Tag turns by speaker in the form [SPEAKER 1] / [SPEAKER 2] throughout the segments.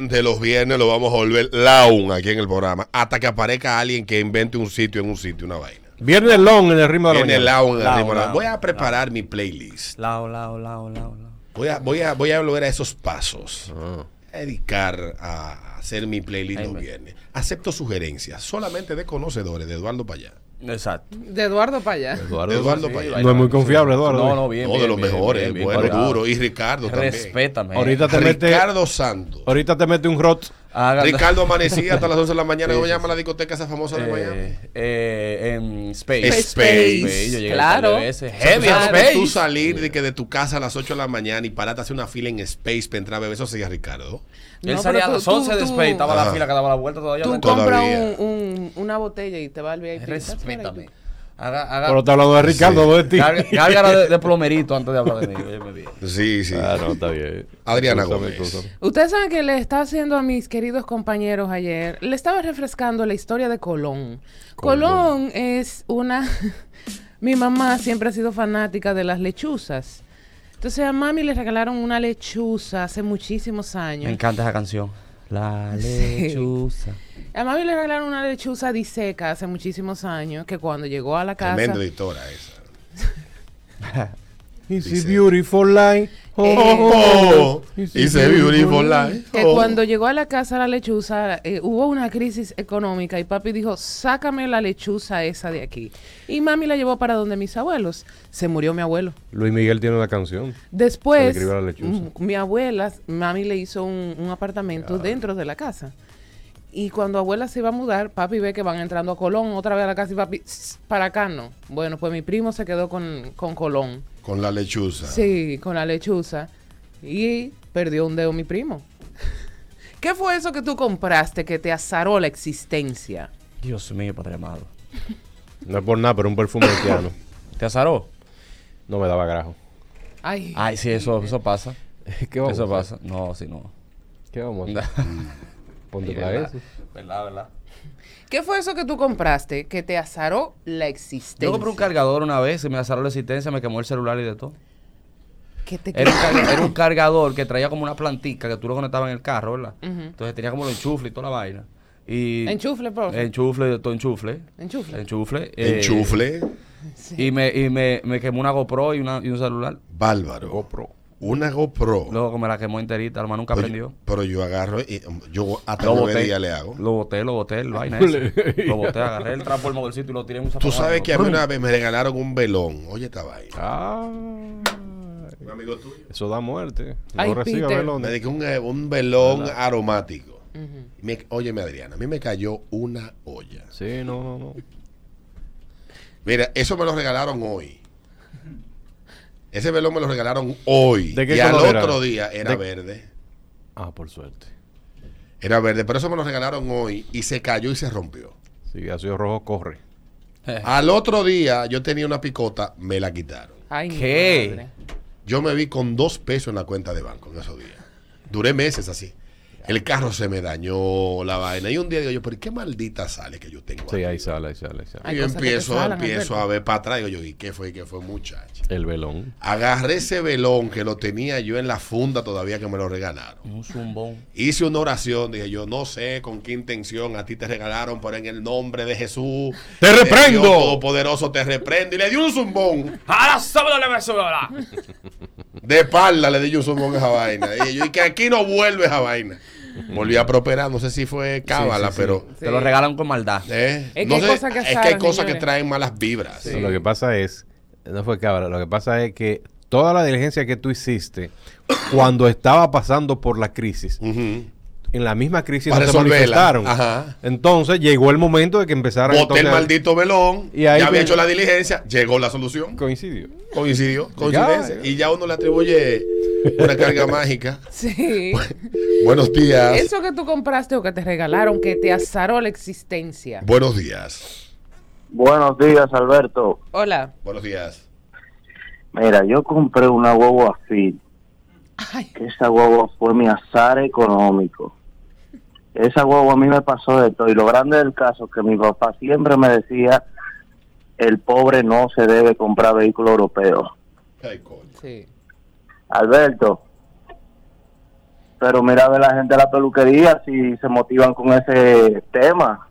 [SPEAKER 1] De los viernes lo vamos a volver laun aquí en el programa. Hasta que aparezca alguien que invente un sitio en un sitio, una vaina.
[SPEAKER 2] Viernes long en el ritmo de la
[SPEAKER 1] Viene
[SPEAKER 2] mañana.
[SPEAKER 1] laun en el
[SPEAKER 3] Laun,
[SPEAKER 1] ritmo de la-
[SPEAKER 3] laun,
[SPEAKER 1] Voy a preparar mi playlist.
[SPEAKER 3] Lao, lao, lao, lao, lao.
[SPEAKER 1] Voy a, voy a, voy a volver a esos pasos.
[SPEAKER 3] Ah.
[SPEAKER 1] A dedicar a hacer mi playlist los
[SPEAKER 3] Amen.
[SPEAKER 1] viernes. Acepto sugerencias solamente de conocedores de Eduardo Payá.
[SPEAKER 3] Exacto.
[SPEAKER 4] De Eduardo para allá.
[SPEAKER 1] De Eduardo
[SPEAKER 3] sí,
[SPEAKER 1] Payá.
[SPEAKER 3] vaya.
[SPEAKER 2] No es muy confiable, Eduardo.
[SPEAKER 3] No, no, bien.
[SPEAKER 1] Uno de
[SPEAKER 3] bien,
[SPEAKER 1] los
[SPEAKER 3] bien,
[SPEAKER 1] mejores,
[SPEAKER 3] bien, bien,
[SPEAKER 1] bueno,
[SPEAKER 3] cuidado.
[SPEAKER 1] duro. Y Ricardo también.
[SPEAKER 3] Respétame.
[SPEAKER 2] Ahorita te metes.
[SPEAKER 1] Ricardo Santos.
[SPEAKER 2] Ahorita te mete un rot.
[SPEAKER 3] Hagan-
[SPEAKER 1] Ricardo amanecía hasta las 11 de la mañana.
[SPEAKER 3] Sí,
[SPEAKER 1] ¿Cómo
[SPEAKER 3] sí,
[SPEAKER 1] llama la discoteca esa famosa de Miami?
[SPEAKER 3] Eh, eh, en Space.
[SPEAKER 1] Space. Space,
[SPEAKER 3] Yo llegué
[SPEAKER 4] Claro.
[SPEAKER 3] un par de veces.
[SPEAKER 1] O sea,
[SPEAKER 3] Heavy
[SPEAKER 1] tú
[SPEAKER 3] on
[SPEAKER 1] sabes
[SPEAKER 3] Eh, Space.
[SPEAKER 1] que Tú salir de, que de tu casa a las 8 de la mañana y pararte a hacer una fila en Space para entrar a beber, eso sería Ricardo.
[SPEAKER 3] Él
[SPEAKER 4] No,
[SPEAKER 3] salía a
[SPEAKER 4] pero tú-
[SPEAKER 3] las 11 de
[SPEAKER 4] tú-
[SPEAKER 3] Space. Estaba
[SPEAKER 1] Ajá.
[SPEAKER 3] la fila que daba la vuelta todavía.
[SPEAKER 4] Tú
[SPEAKER 3] la-
[SPEAKER 1] con-
[SPEAKER 4] compras
[SPEAKER 1] Todavía.
[SPEAKER 4] un- un- una botella y te va al VIP.
[SPEAKER 3] Respétame. Haga, haga.
[SPEAKER 2] Pero está hablando de Ricardo,
[SPEAKER 1] Sí.
[SPEAKER 2] no de ti.
[SPEAKER 3] Gárgara- gárgara de, de plomerito antes de hablar de mí. Óyeme bien.
[SPEAKER 1] Sí, sí.
[SPEAKER 5] Ah, no, está bien.
[SPEAKER 1] Adriana
[SPEAKER 5] Escúchame,
[SPEAKER 1] Gómez.
[SPEAKER 5] escúchame.
[SPEAKER 4] Ustedes saben que le estaba haciendo a mis queridos compañeros ayer, le estaba refrescando la historia de Colón. Colón, es una... Mi mamá siempre ha sido fanática de las lechuzas. Entonces a mami le regalaron una lechuza hace muchísimos años.
[SPEAKER 3] Me encanta esa canción. La
[SPEAKER 4] Sí.
[SPEAKER 3] lechuza.
[SPEAKER 4] A mami le regalaron una lechuza diseca hace muchísimos años que cuando llegó a la casa...
[SPEAKER 1] Tremenda editora esa.
[SPEAKER 2] It's a
[SPEAKER 1] Dice-
[SPEAKER 2] beautiful line. Oh,
[SPEAKER 4] Eh,
[SPEAKER 2] oh, oh.
[SPEAKER 1] It's a beautiful life.
[SPEAKER 4] Que
[SPEAKER 1] Oh.
[SPEAKER 4] cuando llegó a la casa la lechuza, eh, hubo una crisis económica y papi dijo, sácame la lechuza esa de aquí. Y mami la llevó para donde mis abuelos. Se murió mi abuelo.
[SPEAKER 2] Luis Miguel tiene una canción. Se le
[SPEAKER 4] Después,
[SPEAKER 2] escribió la lechuza.
[SPEAKER 4] mm, mi abuela, mami le hizo un, un apartamento dentro de la casa. Y cuando abuela se iba a mudar, papi ve que van entrando a Colón otra vez a la casa y papi, "Sss, para acá no. Bueno, pues mi primo se quedó con, con Colón.
[SPEAKER 1] Con la lechuza.
[SPEAKER 4] Sí, con la lechuza. Y perdió un dedo mi primo. ¿Qué fue eso que tú compraste que te azaró la existencia?
[SPEAKER 3] Dios mío, padre amado.
[SPEAKER 2] No es por nada, pero un perfume haitiano.
[SPEAKER 3] ¿Te azaró?
[SPEAKER 2] No me daba grajo.
[SPEAKER 4] Ay,
[SPEAKER 3] Ay, sí, eso, eso pasa.
[SPEAKER 2] ¿Qué
[SPEAKER 3] Eso pasa. No, sí, no.
[SPEAKER 2] ¿Qué vamos a
[SPEAKER 3] Nah.
[SPEAKER 2] hacer? Ponte para eso.
[SPEAKER 3] Verdad, verdad.
[SPEAKER 4] ¿qué fue eso que tú compraste que te azaró la existencia?
[SPEAKER 3] Yo compré un cargador una vez, se me azaró la existencia, me quemó el celular y de todo.
[SPEAKER 4] ¿Qué te
[SPEAKER 3] Era un, carga- era un cargador que traía como una plantica que tú lo conectabas en el carro, ¿verdad?
[SPEAKER 4] Ujú.
[SPEAKER 3] Entonces tenía como el enchufle y toda la vaina. Y
[SPEAKER 4] Enchufle, profe.
[SPEAKER 3] Enchufle, de todo enchufle.
[SPEAKER 4] Enchufle.
[SPEAKER 3] Enchufle. eh,
[SPEAKER 1] Enchufle.
[SPEAKER 3] Y, me, y me, me quemó una GoPro y, una, y un celular.
[SPEAKER 1] Bárbaro. Una GoPro.
[SPEAKER 3] Luego me la quemó enterita, hermano, nunca
[SPEAKER 1] Oye,
[SPEAKER 3] aprendió.
[SPEAKER 1] pero yo agarro y um, yo hasta
[SPEAKER 3] Lo
[SPEAKER 1] nueve
[SPEAKER 3] boté,
[SPEAKER 1] días le hago.
[SPEAKER 3] lo boté, lo boté, el vaina ese. Lo boté, agarré el trapo del motorcito y lo tiré en un zapato.
[SPEAKER 1] Tú sabes que a mí una vez me regalaron un velón. Oye, esta vaina.
[SPEAKER 2] Ah,
[SPEAKER 1] Un amigo tuyo.
[SPEAKER 2] eso da muerte. No
[SPEAKER 4] Ay,
[SPEAKER 2] reciba
[SPEAKER 4] Peter.
[SPEAKER 2] velones.
[SPEAKER 1] Me dedicó un, eh, un velón aromático. Me- óyeme, Adriana, a mí me cayó una olla.
[SPEAKER 2] Sí, no, no, no.
[SPEAKER 1] Mira, eso me lo regalaron hoy. Ese velón me lo regalaron hoy.
[SPEAKER 2] ¿De qué
[SPEAKER 1] y al
[SPEAKER 2] color era?
[SPEAKER 1] otro día era
[SPEAKER 2] ¿De-
[SPEAKER 1] verde.
[SPEAKER 2] Ah, por suerte.
[SPEAKER 1] Era verde, pero eso me lo regalaron hoy y se cayó y se rompió.
[SPEAKER 2] Si ha sido rojo, corre.
[SPEAKER 1] Al otro día yo tenía una picota, me la quitaron.
[SPEAKER 4] Ay, mi
[SPEAKER 3] ¿Qué?
[SPEAKER 4] madre.
[SPEAKER 1] Yo me vi con dos pesos en la cuenta de banco en esos días. Duré meses así. El carro se me dañó, la vaina. Y un día digo yo, pero ¿y qué maldita sale que yo tengo?
[SPEAKER 2] Sí,
[SPEAKER 1] aquí?
[SPEAKER 5] ahí
[SPEAKER 1] y
[SPEAKER 5] sale, ahí sale, ahí sale.
[SPEAKER 4] Hay
[SPEAKER 1] yo
[SPEAKER 4] cosas que te
[SPEAKER 1] empiezo,
[SPEAKER 4] salan,
[SPEAKER 1] empiezo
[SPEAKER 4] Alberto.
[SPEAKER 1] a ver para atrás. Y yo, ¿y qué fue? ¿Qué fue, muchacho?
[SPEAKER 5] El velón.
[SPEAKER 1] Agarré ese velón que lo tenía yo en la funda todavía que me lo regalaron.
[SPEAKER 3] Un zumbón.
[SPEAKER 1] Hice una oración, dije yo, no sé con qué intención a ti te regalaron, pero en el nombre de Jesús.
[SPEAKER 2] ¡Te
[SPEAKER 1] de
[SPEAKER 2] reprendo!
[SPEAKER 1] Dios Todopoderoso, te reprendo. Y le di un zumbón.
[SPEAKER 3] ¡Ahora sábado le beso, ¿verdad?
[SPEAKER 1] De espalda le di un zumbón a esa vaina. Y yo, y que aquí no vuelve esa vaina. Volví a prosperar, no sé si fue cábala,
[SPEAKER 3] sí.
[SPEAKER 1] pero.
[SPEAKER 3] Te lo regalan con maldad.
[SPEAKER 1] eh,
[SPEAKER 4] Es que
[SPEAKER 1] no
[SPEAKER 4] hay
[SPEAKER 1] sé,
[SPEAKER 4] cosas que
[SPEAKER 1] es que hay
[SPEAKER 4] saben,
[SPEAKER 1] cosas que
[SPEAKER 4] señores.
[SPEAKER 1] traen malas vibras.
[SPEAKER 4] Sí.
[SPEAKER 2] Lo que pasa es, no fue cabra, lo que pasa es que toda la diligencia que tú hiciste cuando estaba pasando por la crisis,
[SPEAKER 1] Ujú.
[SPEAKER 2] en la misma crisis
[SPEAKER 1] Para
[SPEAKER 2] no se
[SPEAKER 1] resolverla.
[SPEAKER 2] manifestaron.
[SPEAKER 1] Ajá.
[SPEAKER 2] Entonces llegó el momento de que
[SPEAKER 1] Boté
[SPEAKER 2] empezaran
[SPEAKER 1] el
[SPEAKER 2] entonces a-
[SPEAKER 1] maldito velón,
[SPEAKER 2] Y ahí
[SPEAKER 1] ya había
[SPEAKER 2] fue-
[SPEAKER 1] hecho la diligencia, llegó la solución.
[SPEAKER 2] Coincidió.
[SPEAKER 1] Coincidió, coincidencia.
[SPEAKER 2] ya.
[SPEAKER 1] Y ya uno le atribuye una carga mágica.
[SPEAKER 4] Sí.
[SPEAKER 3] Pues,
[SPEAKER 1] Buenos días.
[SPEAKER 4] Eso que tú compraste o que te regalaron que te azaró la existencia.
[SPEAKER 1] Buenos días.
[SPEAKER 6] Buenos días, Alberto.
[SPEAKER 4] Hola.
[SPEAKER 1] Buenos días.
[SPEAKER 6] Mira, yo compré una guagua Fit,
[SPEAKER 4] Ay,
[SPEAKER 6] que esa guagua fue mi azar económico. Esa guagua a mí me pasó de todo. Y lo grande del caso es que mi papá siempre me decía, el pobre no se debe comprar vehículo europeo.
[SPEAKER 1] Ay, coño.
[SPEAKER 4] sí.
[SPEAKER 6] Alberto, Pero mira a ver la gente de la peluquería si se motivan con ese tema.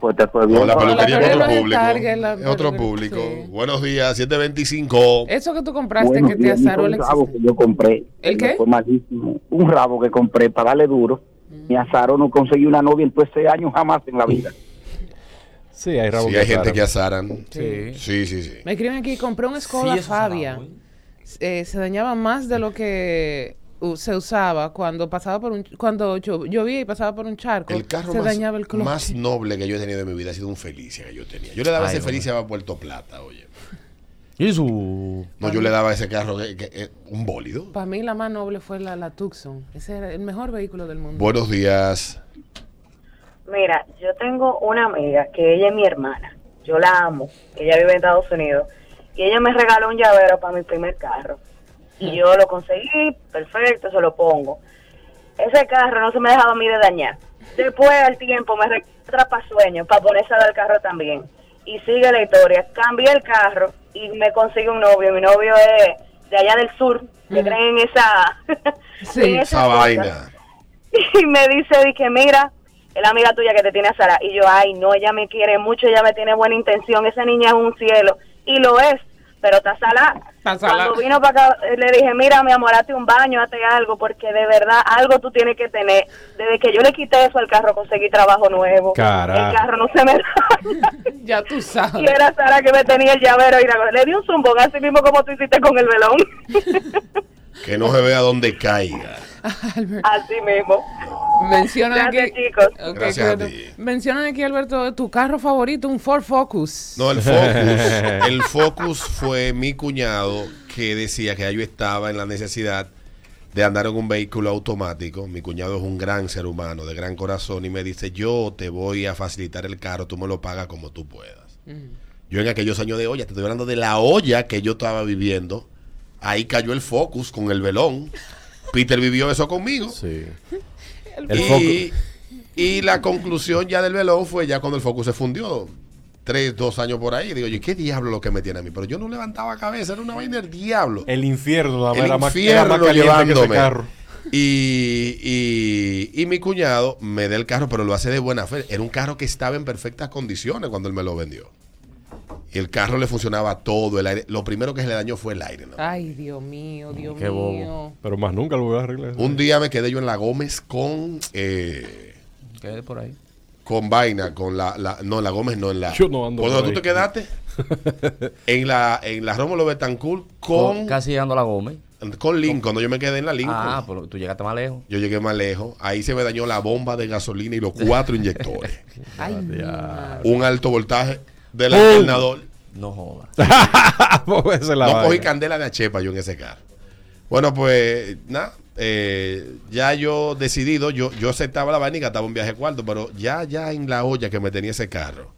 [SPEAKER 6] Pues te fue bien.
[SPEAKER 1] No, la
[SPEAKER 6] ¿no?
[SPEAKER 1] peluquería es
[SPEAKER 4] peluquería
[SPEAKER 1] otro
[SPEAKER 4] no es
[SPEAKER 1] público.
[SPEAKER 4] Target, la
[SPEAKER 1] Es otro
[SPEAKER 4] peluquería,
[SPEAKER 1] público.
[SPEAKER 4] sí.
[SPEAKER 1] Buenos días, 725.
[SPEAKER 4] Eso que tú compraste que te
[SPEAKER 6] y a mí
[SPEAKER 4] azaró
[SPEAKER 6] fue
[SPEAKER 4] el
[SPEAKER 6] un rabo que
[SPEAKER 4] existente.
[SPEAKER 6] yo compré.
[SPEAKER 4] ¿El qué?
[SPEAKER 6] Fue malísimo. Un rabo que compré para darle duro.
[SPEAKER 4] Mm.
[SPEAKER 6] Me azaron, no conseguí una novia en todo ese año jamás en la vida.
[SPEAKER 2] Sí, hay rabos
[SPEAKER 1] Sí, hay gente
[SPEAKER 2] azaran.
[SPEAKER 1] que azaran.
[SPEAKER 3] Sí.
[SPEAKER 1] Sí, sí, sí.
[SPEAKER 4] Me escriben aquí, compré un Skoda
[SPEAKER 3] Sí, eso se da,
[SPEAKER 4] Fabia.
[SPEAKER 3] güey.
[SPEAKER 4] Eh, se dañaba más de lo que u- se usaba cuando pasaba por un cuando llo- llovía y pasaba por un charco.
[SPEAKER 1] El carro
[SPEAKER 4] se
[SPEAKER 1] más,
[SPEAKER 4] dañaba el cloche.
[SPEAKER 1] más noble que yo he tenido en mi vida ha sido un Felicia que yo tenía. Yo le daba
[SPEAKER 3] Ay,
[SPEAKER 1] ese
[SPEAKER 3] hombre.
[SPEAKER 1] Felicia a Puerto Plata, oye.
[SPEAKER 3] Y su...
[SPEAKER 1] No, yo le daba ese carro que- que- eh, un bólido.
[SPEAKER 4] Para mí la más noble fue la, la Tucson. Ese era el mejor vehículo del mundo.
[SPEAKER 1] Buenos días.
[SPEAKER 5] Mira, yo tengo una amiga que ella es mi hermana. Yo la amo. Ella vive en Estados Unidos. Y ella me regaló un llavero para mi primer carro. Y yo lo conseguí, perfecto, se lo pongo. Ese carro no se me ha dejado a mí de dañar. Después, al tiempo, me regaló trapasueños para ponerse al carro también. Y sigue la historia. Cambié el carro y me consigo un novio. Mi novio es de allá del sur. que
[SPEAKER 4] Ujú.
[SPEAKER 5] creen en esa...
[SPEAKER 4] Sí.
[SPEAKER 5] en esas
[SPEAKER 1] Esa
[SPEAKER 5] cosas
[SPEAKER 1] vaina.
[SPEAKER 5] y me dice de que mira es la amiga tuya que te tiene a Sara y yo ay no ella me quiere mucho ella me tiene buena intención esa niña es un cielo y lo es pero está salada
[SPEAKER 4] Está salá.
[SPEAKER 5] cuando vino para acá eh, le dije mira mi amor hazte un baño hazte algo porque de verdad algo tú tienes que tener desde que yo le quité eso al carro conseguí trabajo nuevo
[SPEAKER 2] Carajo.
[SPEAKER 5] el carro no se me da
[SPEAKER 4] ya tú
[SPEAKER 5] y
[SPEAKER 4] sabes.
[SPEAKER 5] era Sara que me tenía el llavero y la- le di un zumbón así mismo como tú hiciste con el velón
[SPEAKER 1] Que no se vea dónde caiga.
[SPEAKER 4] Albert,
[SPEAKER 5] así mismo
[SPEAKER 4] Mencionan aquí,
[SPEAKER 5] gracias chicos
[SPEAKER 4] Ok,
[SPEAKER 1] Gracias a
[SPEAKER 4] cuídate.
[SPEAKER 1] ti.
[SPEAKER 4] Mencionan aquí, Alberto, tu carro favorito, un Ford Focus.
[SPEAKER 1] No, el Focus. el Focus fue mi cuñado que decía que ya yo estaba en la necesidad de andar en un vehículo automático. Mi cuñado es un gran ser humano, de gran corazón, y me dice, yo te voy a facilitar el carro, tú me lo pagas como tú puedas. Yo en aquellos años de olla, te estoy hablando de la olla que yo estaba viviendo, ahí cayó el Focus con el velón. Peter vivió eso conmigo.
[SPEAKER 2] Sí. El
[SPEAKER 1] Y,
[SPEAKER 2] foco.
[SPEAKER 1] y la conclusión ya del velón fue ya cuando el Focus se fundió. Tres, dos años por ahí. Digo, yo, ¿qué diablo lo que me tiene a mí? Pero yo no levantaba cabeza, era una vaina del diablo.
[SPEAKER 2] El infierno, la
[SPEAKER 1] El
[SPEAKER 2] era más, era
[SPEAKER 1] infierno
[SPEAKER 2] más caliente que ese
[SPEAKER 1] llevándome.
[SPEAKER 2] carro.
[SPEAKER 1] Y, y- y mi cuñado me da el carro, pero lo hace de buena fe. Era un carro que estaba en perfectas condiciones cuando él me lo vendió. Y el carro le funcionaba todo, el aire. Lo primero que se le dañó fue el aire. ¿no?
[SPEAKER 2] Ah.
[SPEAKER 4] Ay, Dios mío, Dios
[SPEAKER 3] Qué bobo.
[SPEAKER 4] mío.
[SPEAKER 2] Pero más nunca lo voy a arreglar.
[SPEAKER 1] Un día me quedé yo en la Gómez con eh,
[SPEAKER 3] ¿Qué es por ahí?
[SPEAKER 1] con vaina, con la, la- no, en la Gómez no, en la.
[SPEAKER 2] Yo no ando
[SPEAKER 1] ¿Por
[SPEAKER 2] por
[SPEAKER 1] donde tú
[SPEAKER 2] ahí.
[SPEAKER 1] te quedaste? en la, en la Rómulo Betancourt con,
[SPEAKER 3] Casi llegando a la Gómez.
[SPEAKER 1] con Lincoln, cuando yo me quedé en la Lincoln.
[SPEAKER 3] Ah, pero tú llegaste más lejos.
[SPEAKER 1] Yo llegué más lejos. Ahí se me dañó la bomba de gasolina y los cuatro inyectores.
[SPEAKER 4] Ay, mi madre.
[SPEAKER 1] Un alto voltaje del
[SPEAKER 2] ¡Pum!
[SPEAKER 1] alternador.
[SPEAKER 3] No jodas.
[SPEAKER 2] Pues esa es la
[SPEAKER 1] No
[SPEAKER 2] vaina.
[SPEAKER 1] cogí candela de achepa yo en ese carro. Bueno, pues nada. eh, ya yo decidido, yo, yo aceptaba la vaina y gastaba un viaje cuarto, pero ya, ya en la olla que me tenía ese carro,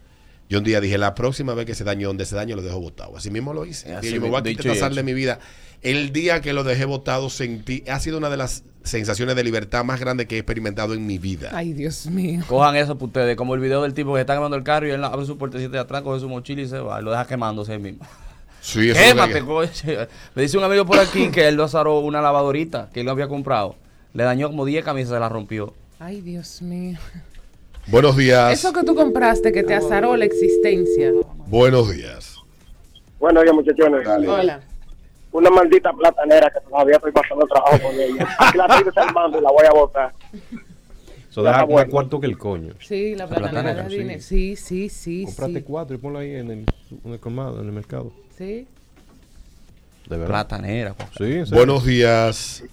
[SPEAKER 1] yo un día dije, la próxima vez que se dañe donde se dañe, lo dejo botado. Así mismo lo hice.
[SPEAKER 3] Así
[SPEAKER 1] y yo me voy a
[SPEAKER 3] dicho y
[SPEAKER 1] quitar
[SPEAKER 3] hecho.
[SPEAKER 1] de mi vida. El día que lo dejé botado, sentí, ha sido una de las sensaciones de libertad más grandes que he experimentado en mi vida.
[SPEAKER 4] Ay, Dios mío.
[SPEAKER 3] Cojan eso para ustedes, como el video del tipo que está quemando el carro y él abre su puertecita de atrás, coge su mochila y se va y lo deja quemándose él mismo.
[SPEAKER 1] Sí, eso es lo que-
[SPEAKER 3] Quémate, coche. Me dice un amigo por aquí que él lo azaró una lavadorita que él lo había comprado. Le dañó como 10 camisas, se la rompió.
[SPEAKER 4] Ay, Dios mío.
[SPEAKER 1] Buenos días.
[SPEAKER 4] Eso que tú compraste que te azaró la existencia.
[SPEAKER 1] Buenos días.
[SPEAKER 7] Bueno, ya muchachones.
[SPEAKER 4] Hola.
[SPEAKER 7] Una maldita platanera que todavía estoy pasando trabajo con ella. Aquí la estoy desarmando y la voy a botar.
[SPEAKER 2] Eso deja
[SPEAKER 7] Está
[SPEAKER 2] más
[SPEAKER 7] bueno.
[SPEAKER 2] cuarto que el coño.
[SPEAKER 4] Sí, la
[SPEAKER 3] platanera,
[SPEAKER 4] platanera de
[SPEAKER 3] sí.
[SPEAKER 4] dinero. Sí, sí, sí,
[SPEAKER 2] Compraste
[SPEAKER 4] sí.
[SPEAKER 2] cuatro y ponlo ahí en el, en el colmado, en el mercado.
[SPEAKER 4] Sí.
[SPEAKER 2] De verdad.
[SPEAKER 3] Platanera, Juan.
[SPEAKER 2] Sí, en serio.
[SPEAKER 1] Buenos días.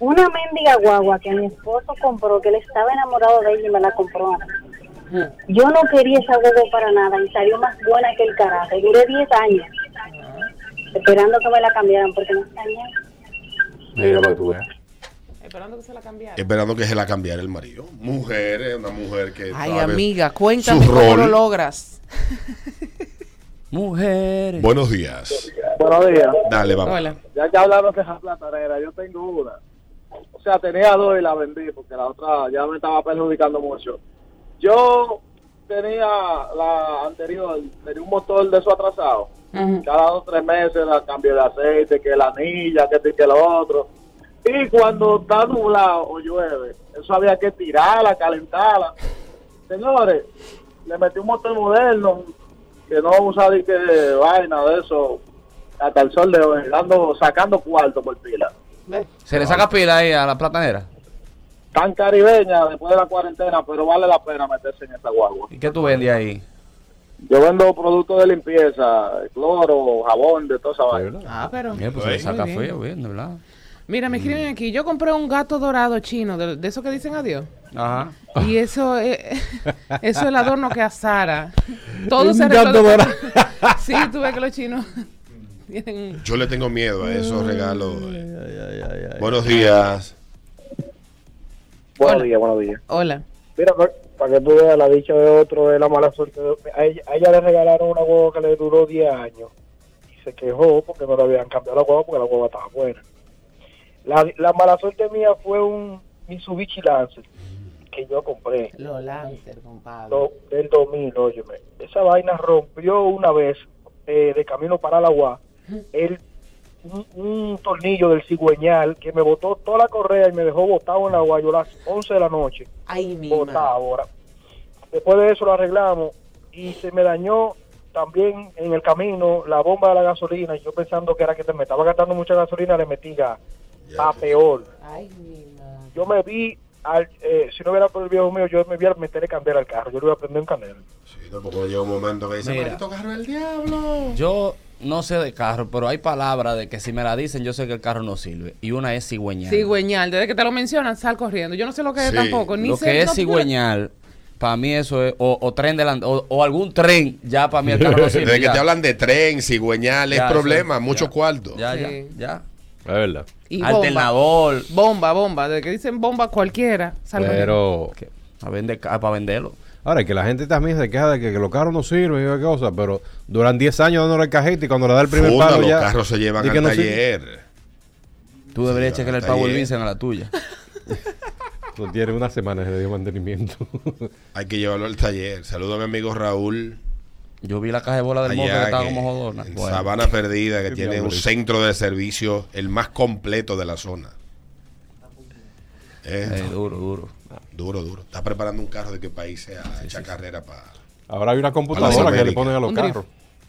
[SPEAKER 8] Una mendiga guagua que mi esposo compró, que él estaba enamorado de ella y me la compró. a mí. Yo no quería esa guagua para nada y salió más buena que el carajo. Y Duré 10 años esperando que me la cambiaran porque no sabía.
[SPEAKER 3] Mira lo que tú veas.
[SPEAKER 4] Esperando que se la cambiara.
[SPEAKER 1] Esperando que se la cambiara el marido. Mujer, es una mujer que.
[SPEAKER 4] Ay,
[SPEAKER 1] sabe
[SPEAKER 4] amiga,
[SPEAKER 1] Eh, su
[SPEAKER 4] cuéntame cómo
[SPEAKER 1] rol.
[SPEAKER 4] lo logras.
[SPEAKER 3] Mujeres.
[SPEAKER 1] Buenos días.
[SPEAKER 7] Buenos días.
[SPEAKER 1] Dale, vamos.
[SPEAKER 4] Hola.
[SPEAKER 7] Ya que hablaron de esa platanera, yo tengo una. O sea, tenía dos y la vendí porque la otra ya me estaba perjudicando mucho. Yo tenía la anterior, tenía un motor de eso atrasado. Cada dos o tres meses la cambio de aceite, que la anilla, que esto y que lo otro. Y cuando está nublado o llueve, eso había que tirarla, calentarla. Señores, le metí un motor moderno que no usa de que vaina de eso hasta el sol de hoy, dando, sacando cuarto por pila.
[SPEAKER 3] Se le saca pila ahí a la platanera.
[SPEAKER 7] Tan caribeña después de la cuarentena, pero vale la pena meterse en esa guagua.
[SPEAKER 3] ¿Y qué tú vendes ahí?
[SPEAKER 7] Yo vendo productos de limpieza, cloro, jabón, de toda esa vaina.
[SPEAKER 4] Ah, pero.
[SPEAKER 3] Bien, pues se le
[SPEAKER 1] Ey,
[SPEAKER 3] saca
[SPEAKER 4] muy bien.
[SPEAKER 3] feo, bien, de verdad.
[SPEAKER 4] Mira, me escriben aquí. Yo compré un gato dorado chino, de, de esos que dicen adiós.
[SPEAKER 3] Ajá.
[SPEAKER 4] Y eso es, eso es el adorno que a Sara. Todo
[SPEAKER 2] Un
[SPEAKER 4] se
[SPEAKER 2] gato
[SPEAKER 4] resuelve-
[SPEAKER 2] dorado.
[SPEAKER 4] Sí, tú ves que los chinos tienen.
[SPEAKER 1] Yo le tengo miedo a esos regalos. Buenos días.
[SPEAKER 6] Buenos días, buenos días.
[SPEAKER 4] Hola.
[SPEAKER 9] Mira, pa- para que tú veas la dicha de otro, es la mala suerte. de- A ella, a ella le regalaron una huevo que le duró 10 años y se quejó porque no le habían cambiado la huevo porque la huevo estaba buena. La, la mala suerte mía fue un Mitsubishi Lancer que yo compré.
[SPEAKER 4] Los Lancer, compadre.
[SPEAKER 9] do- del 2000, óyeme. Esa vaina rompió una vez eh, de camino para la UA el, un, un tornillo del cigüeñal que me botó toda la correa y me dejó botado en la UA. Yo a las 11 de la noche
[SPEAKER 4] Ay, mi
[SPEAKER 9] botado ahora. Después de eso lo arreglamos y se me dañó también en el camino la bomba de la gasolina. Y yo pensando que era que me estaba gastando mucha gasolina, le metí gas. A peor.
[SPEAKER 4] Ay, mi madre.
[SPEAKER 9] Yo me vi, al, eh, si no hubiera por el viejo mío, yo me vi a meterle candela al carro. Yo le iba a prender un candela.
[SPEAKER 1] Sí, tampoco llega un momento que dice,
[SPEAKER 3] Mira.
[SPEAKER 1] maldito carro del diablo.
[SPEAKER 3] Yo no sé de carro, pero hay palabras de que si me la dicen, yo sé que el carro no sirve. Y una es cigüeñal.
[SPEAKER 4] Cigüeñal, desde que te lo mencionan, sal corriendo. Yo no sé lo que es
[SPEAKER 1] Sí,
[SPEAKER 4] tampoco. Ni
[SPEAKER 3] Lo
[SPEAKER 4] sé,
[SPEAKER 3] que es
[SPEAKER 4] no-
[SPEAKER 3] cigüeñal, para mí eso es, o, o tren delan- o, o algún tren, ya para mí el carro no sirve.
[SPEAKER 1] Desde que
[SPEAKER 3] ya.
[SPEAKER 1] te hablan de tren, cigüeñal, es
[SPEAKER 3] Ya,
[SPEAKER 1] problema,
[SPEAKER 3] eso,
[SPEAKER 1] mucho
[SPEAKER 3] ya.
[SPEAKER 1] cuarto.
[SPEAKER 3] Ya, ya,
[SPEAKER 4] Sí.
[SPEAKER 3] ya.
[SPEAKER 2] La verdad.
[SPEAKER 4] Y bomba.
[SPEAKER 3] Alternador.
[SPEAKER 4] Bomba, bomba. Desde que dicen bomba cualquiera, sal corriendo.
[SPEAKER 2] Pero
[SPEAKER 3] A vender, para ah, venderlo.
[SPEAKER 2] ahora que la gente también se queja de que, que los carros no sirven y qué cosa, pero duran 10 años dándole el cajete y cuando le da el primer
[SPEAKER 1] Funda,
[SPEAKER 2] palo
[SPEAKER 1] los
[SPEAKER 2] ya.
[SPEAKER 1] carros se llevan
[SPEAKER 2] di
[SPEAKER 1] al
[SPEAKER 2] que no sirve.
[SPEAKER 1] taller.
[SPEAKER 3] Tú deberías
[SPEAKER 1] ya,
[SPEAKER 3] checar el
[SPEAKER 1] está
[SPEAKER 3] Power
[SPEAKER 1] bien.
[SPEAKER 3] Vincent a la tuya.
[SPEAKER 2] No tiene unas semanas de mantenimiento.
[SPEAKER 1] Hay que llevarlo al taller. Saludo a mi amigo Raúl.
[SPEAKER 3] Yo vi la caja de bola del monte que
[SPEAKER 1] Allá
[SPEAKER 3] estaba
[SPEAKER 1] que-
[SPEAKER 3] como jodona.
[SPEAKER 1] en
[SPEAKER 3] Bueno.
[SPEAKER 1] Sabana Perdida, que
[SPEAKER 2] Qué
[SPEAKER 1] tiene un
[SPEAKER 2] diablo.
[SPEAKER 1] centro de servicio, el más completo de la zona. Eh,
[SPEAKER 3] Eh, duro, duro.
[SPEAKER 1] Duro, duro. Está preparando un carro de qué país sea a echar carrera para.
[SPEAKER 2] Ahora hay una computadora que
[SPEAKER 1] Américas.
[SPEAKER 2] le ponen a los
[SPEAKER 4] Un drift.
[SPEAKER 2] carros.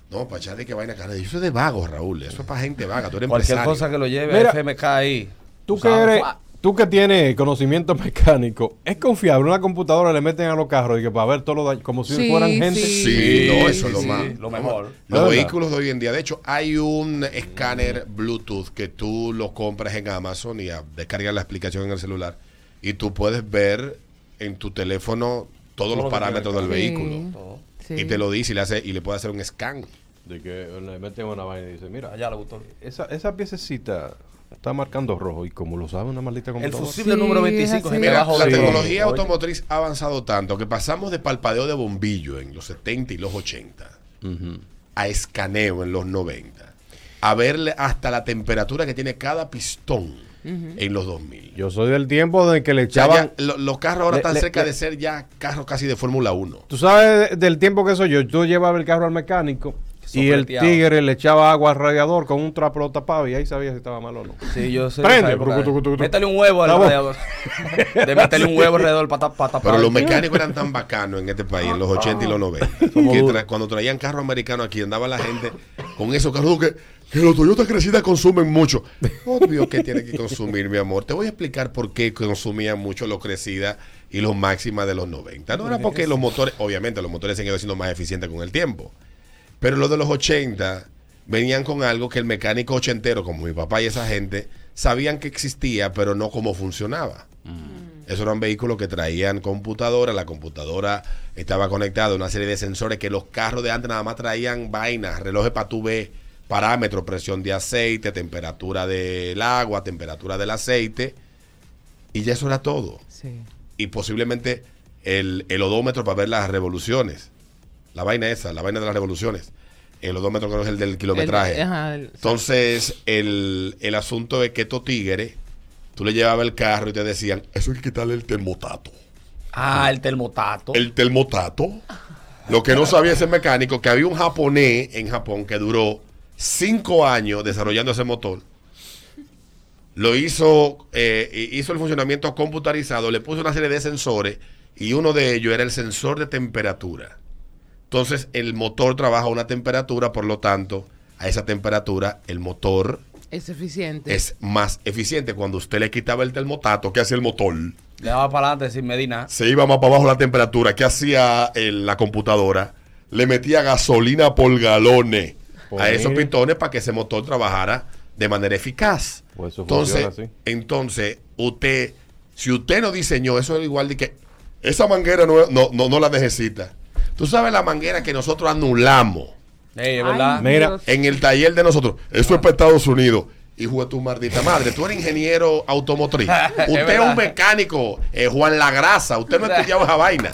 [SPEAKER 1] No, para echarle que vaina carrera. Eso es de vago, Raúl. Eso es para gente vaga. Tú eres
[SPEAKER 3] Cualquier
[SPEAKER 1] empresario.
[SPEAKER 3] cosa que lo lleve
[SPEAKER 2] Mira.
[SPEAKER 3] a FMK ahí.
[SPEAKER 2] Tú Ah, que,
[SPEAKER 3] sabes.
[SPEAKER 2] eres- tú que tienes conocimiento mecánico, es confiable. Una computadora le meten a los carros y que para ver todo lo daño, como si
[SPEAKER 4] Sí,
[SPEAKER 2] fueran gente.
[SPEAKER 4] sí.
[SPEAKER 1] Sí, no, eso es
[SPEAKER 3] Sí,
[SPEAKER 1] lo
[SPEAKER 3] sí,
[SPEAKER 1] más.
[SPEAKER 3] lo mejor.
[SPEAKER 1] Los
[SPEAKER 2] ¿Verdad?
[SPEAKER 1] vehículos de hoy en día. De hecho, hay un escáner Bluetooth que tú lo compras en Amazon y ah, descargas la aplicación en el celular. Y tú puedes ver en tu teléfono todos los
[SPEAKER 3] lo que tiene el
[SPEAKER 1] parámetros del
[SPEAKER 4] Sí,
[SPEAKER 1] vehículo.
[SPEAKER 4] sí.
[SPEAKER 1] Y te lo dice y le, hace, y le puede hacer un scan.
[SPEAKER 2] De que le meten una vaina y dice, mira,
[SPEAKER 3] Allá le gustó.
[SPEAKER 2] esa, esa piececita está marcando rojo y como lo sabe una maldita
[SPEAKER 3] El
[SPEAKER 2] computadora.
[SPEAKER 3] fusible número
[SPEAKER 4] Sí,
[SPEAKER 3] 25
[SPEAKER 4] es así.
[SPEAKER 3] gente,
[SPEAKER 1] Mira,
[SPEAKER 3] abajo
[SPEAKER 1] la
[SPEAKER 3] de-
[SPEAKER 1] tecnología
[SPEAKER 3] Oye,
[SPEAKER 1] automotriz ha avanzado tanto que pasamos de palpadeo de bombillo en los 70 y los 80 a escaneo en los 90, a verle hasta la temperatura que tiene cada pistón en los 2000.
[SPEAKER 2] Yo soy del tiempo de que le
[SPEAKER 1] O sea,
[SPEAKER 2] echaban...
[SPEAKER 1] ya lo- los carros ahora
[SPEAKER 2] Le-
[SPEAKER 1] están
[SPEAKER 2] le-
[SPEAKER 1] cerca
[SPEAKER 2] le-
[SPEAKER 1] de ser ya carros casi de Fórmula 1.
[SPEAKER 2] Tú sabes del tiempo que soy yo. Yo llevaba el carro al mecánico y el
[SPEAKER 3] Sopleteado.
[SPEAKER 2] tigre le echaba agua al radiador con un trapo lo tapaba y ahí sabía si estaba mal o no.
[SPEAKER 3] Sí, yo sé.
[SPEAKER 2] Prende.
[SPEAKER 3] esa época de-
[SPEAKER 2] Tucu, tucu, tucu.
[SPEAKER 3] Métele un huevo al
[SPEAKER 2] Vamos.
[SPEAKER 3] alrededor. De meterle un huevo alrededor para tapar.
[SPEAKER 1] Pero los mecánicos eran tan bacanos en este país, en los 80 y los 90. que
[SPEAKER 3] duro.
[SPEAKER 1] tra- cuando traían carros americanos aquí, andaba la gente con esos carros que, que los Toyota crecidas consumen mucho. Obvio que tiene que consumir, mi amor. Te voy a explicar por qué consumían mucho los crecidas y los máximas de los 90. No era porque los motores, obviamente, los motores se han ido siendo más eficientes con el tiempo. Pero los de los 80 venían con algo que el mecánico ochentero, como mi papá y esa gente, sabían que existía, pero no cómo funcionaba. Esos eran vehículos que traían computadora, la computadora estaba conectada a una serie de sensores que los carros de antes nada más traían vainas, relojes para tu ver parámetros, presión de aceite, temperatura del agua, temperatura del aceite, y ya eso era todo.
[SPEAKER 4] Sí.
[SPEAKER 1] Y posiblemente el, el odómetro para ver las revoluciones. La vaina esa, la vaina de las revoluciones. El odómetro creo que es el del kilometraje.
[SPEAKER 4] El- ajá, el-
[SPEAKER 1] Entonces, el, el asunto de que estos tigres, tú le llevabas el carro y te decían, eso hay que quitarle el termotato.
[SPEAKER 3] Ah, el termotato.
[SPEAKER 1] El termotato. Lo que no sabía ese mecánico, que había un japonés en Japón que duró cinco años desarrollando ese motor. lo hizo, eh, hizo el funcionamiento computarizado, le puso una serie de sensores y uno de ellos era el sensor de temperatura. Entonces el motor trabaja a una temperatura, por lo tanto, a esa temperatura el motor
[SPEAKER 4] Es eficiente.
[SPEAKER 1] es más eficiente. Cuando usted le quitaba el termotato, ¿qué hacía el motor?
[SPEAKER 3] Le daba para adelante sin Medina.
[SPEAKER 1] Se iba más para abajo la temperatura, ¿qué hacía el- la computadora? Le metía gasolina por galones a
[SPEAKER 2] Pues
[SPEAKER 1] esos
[SPEAKER 2] mire.
[SPEAKER 1] pitones para que ese motor trabajara de manera eficaz.
[SPEAKER 2] Pues eso
[SPEAKER 1] entonces,
[SPEAKER 2] funciona así.
[SPEAKER 1] entonces, usted, si usted no diseñó, eso es igual de que esa manguera no, no, no, no la necesita. Tú sabes la manguera que nosotros anulamos
[SPEAKER 3] Ey, es verdad.
[SPEAKER 2] Mira.
[SPEAKER 1] en el taller de nosotros. Eso es para Estados Unidos. Hijo de tu maldita madre, tú eres ingeniero automotriz.
[SPEAKER 3] Es
[SPEAKER 1] Usted es
[SPEAKER 3] verdad.
[SPEAKER 1] un mecánico, eh, Juan La Grasa. Usted no ha estudiado esa vaina.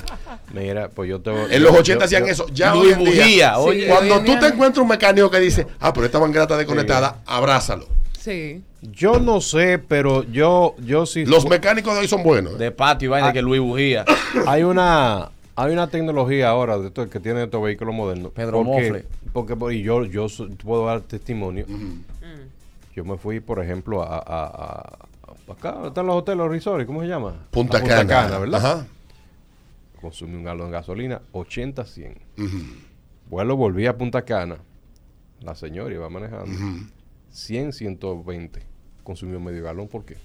[SPEAKER 2] Mira, pues yo te
[SPEAKER 1] En los
[SPEAKER 2] yo-
[SPEAKER 1] 80
[SPEAKER 2] yo-
[SPEAKER 1] hacían
[SPEAKER 2] yo-
[SPEAKER 1] eso. Ya
[SPEAKER 3] Luis
[SPEAKER 1] hoy en día,
[SPEAKER 3] Bujía,
[SPEAKER 4] oye.
[SPEAKER 1] cuando
[SPEAKER 4] hoy en
[SPEAKER 1] tú
[SPEAKER 4] día
[SPEAKER 1] te
[SPEAKER 4] no.
[SPEAKER 1] encuentras un mecánico que dice, ah, pero esta manguera está desconectada, abrázalo.
[SPEAKER 4] Sí.
[SPEAKER 2] Yo no sé, pero yo, yo sí.
[SPEAKER 1] Los mecánicos de hoy son buenos. ¿eh?
[SPEAKER 3] De patio y
[SPEAKER 2] Ah.
[SPEAKER 3] vaina que Luis Bujía.
[SPEAKER 2] hay una hay una tecnología ahora de esto que tiene estos vehículos modernos.
[SPEAKER 3] Pedro
[SPEAKER 2] porque,
[SPEAKER 3] Mofle.
[SPEAKER 2] porque por- y yo yo so- puedo dar testimonio. Yo me fui, por ejemplo, a, a- a- a- acá donde están los hoteles, los resorts, ¿cómo se llama?
[SPEAKER 1] Punta,
[SPEAKER 2] A
[SPEAKER 1] Cana.
[SPEAKER 2] ¿verdad?
[SPEAKER 1] Ajá.
[SPEAKER 2] Consumí un galón de gasolina, 80 100.
[SPEAKER 1] Ujú,
[SPEAKER 2] Vuelo volví a Punta Cana. La señora iba manejando.
[SPEAKER 1] ujú.
[SPEAKER 2] 100 120. Consumió medio galón, ¿por qué?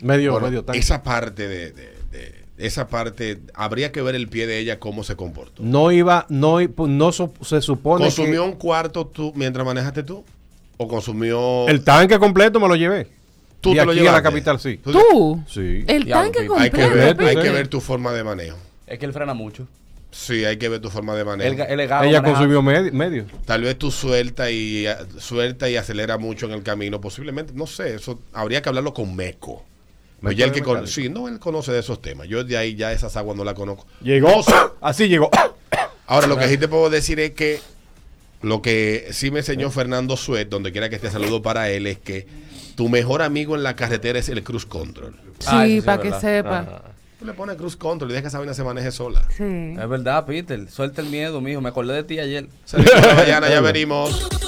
[SPEAKER 2] Medio
[SPEAKER 1] Bueno,
[SPEAKER 2] medio tanque.
[SPEAKER 1] esa parte de, de- de- esa parte habría que ver el pie de ella cómo se comportó.
[SPEAKER 2] No iba, no, i- pu- no su- se supone
[SPEAKER 1] ¿Consumió
[SPEAKER 2] que-
[SPEAKER 1] un cuarto tú mientras manejaste tú? ¿O consumió
[SPEAKER 2] el tanque completo me lo llevé.
[SPEAKER 1] tú
[SPEAKER 2] de
[SPEAKER 1] te lo
[SPEAKER 2] aquí a la
[SPEAKER 1] llevaste?
[SPEAKER 2] capital, sí.
[SPEAKER 4] ¿Tú?
[SPEAKER 2] Sí.
[SPEAKER 4] El
[SPEAKER 3] Diablo,
[SPEAKER 4] tanque
[SPEAKER 3] Pipo.
[SPEAKER 1] Hay que
[SPEAKER 4] completo. pues.
[SPEAKER 1] ver,
[SPEAKER 2] Completo,
[SPEAKER 1] hay
[SPEAKER 2] sí.
[SPEAKER 1] que ver tu forma de manejo.
[SPEAKER 3] Es que él frena mucho.
[SPEAKER 1] Sí, hay que ver tu forma de manejo.
[SPEAKER 3] Él, él es gago
[SPEAKER 2] Ella
[SPEAKER 3] manejando.
[SPEAKER 2] consumió medi- medio.
[SPEAKER 1] Tal vez tú suelta y a- suelta y acelera mucho en el camino, posiblemente, no sé, eso habría que hablarlo con Meco.
[SPEAKER 2] Meco
[SPEAKER 1] Oye, el
[SPEAKER 2] de
[SPEAKER 1] que con,
[SPEAKER 2] mecánico.
[SPEAKER 1] sí, no, él conoce de esos temas. Yo de ahí ya esas aguas no las conozco.
[SPEAKER 2] Llegó. así llegó.
[SPEAKER 1] Ahora, lo que sí te puedo decir es que lo que sí me enseñó Fernando Suet, donde quiera que esté, saludo para él, es que tu mejor amigo en la carretera es el cruise control.
[SPEAKER 4] Sí,
[SPEAKER 3] Ah, eso sí
[SPEAKER 4] para
[SPEAKER 3] es
[SPEAKER 4] que
[SPEAKER 3] verdad.
[SPEAKER 4] sepa.
[SPEAKER 1] Tú le pones cruise control y dejas que esa vaina se maneje sola.
[SPEAKER 4] Sí.
[SPEAKER 3] Es verdad, Peter. Suelta el miedo, mijo. Me acordé de ti ayer.
[SPEAKER 1] Saludos, mañana ya venimos.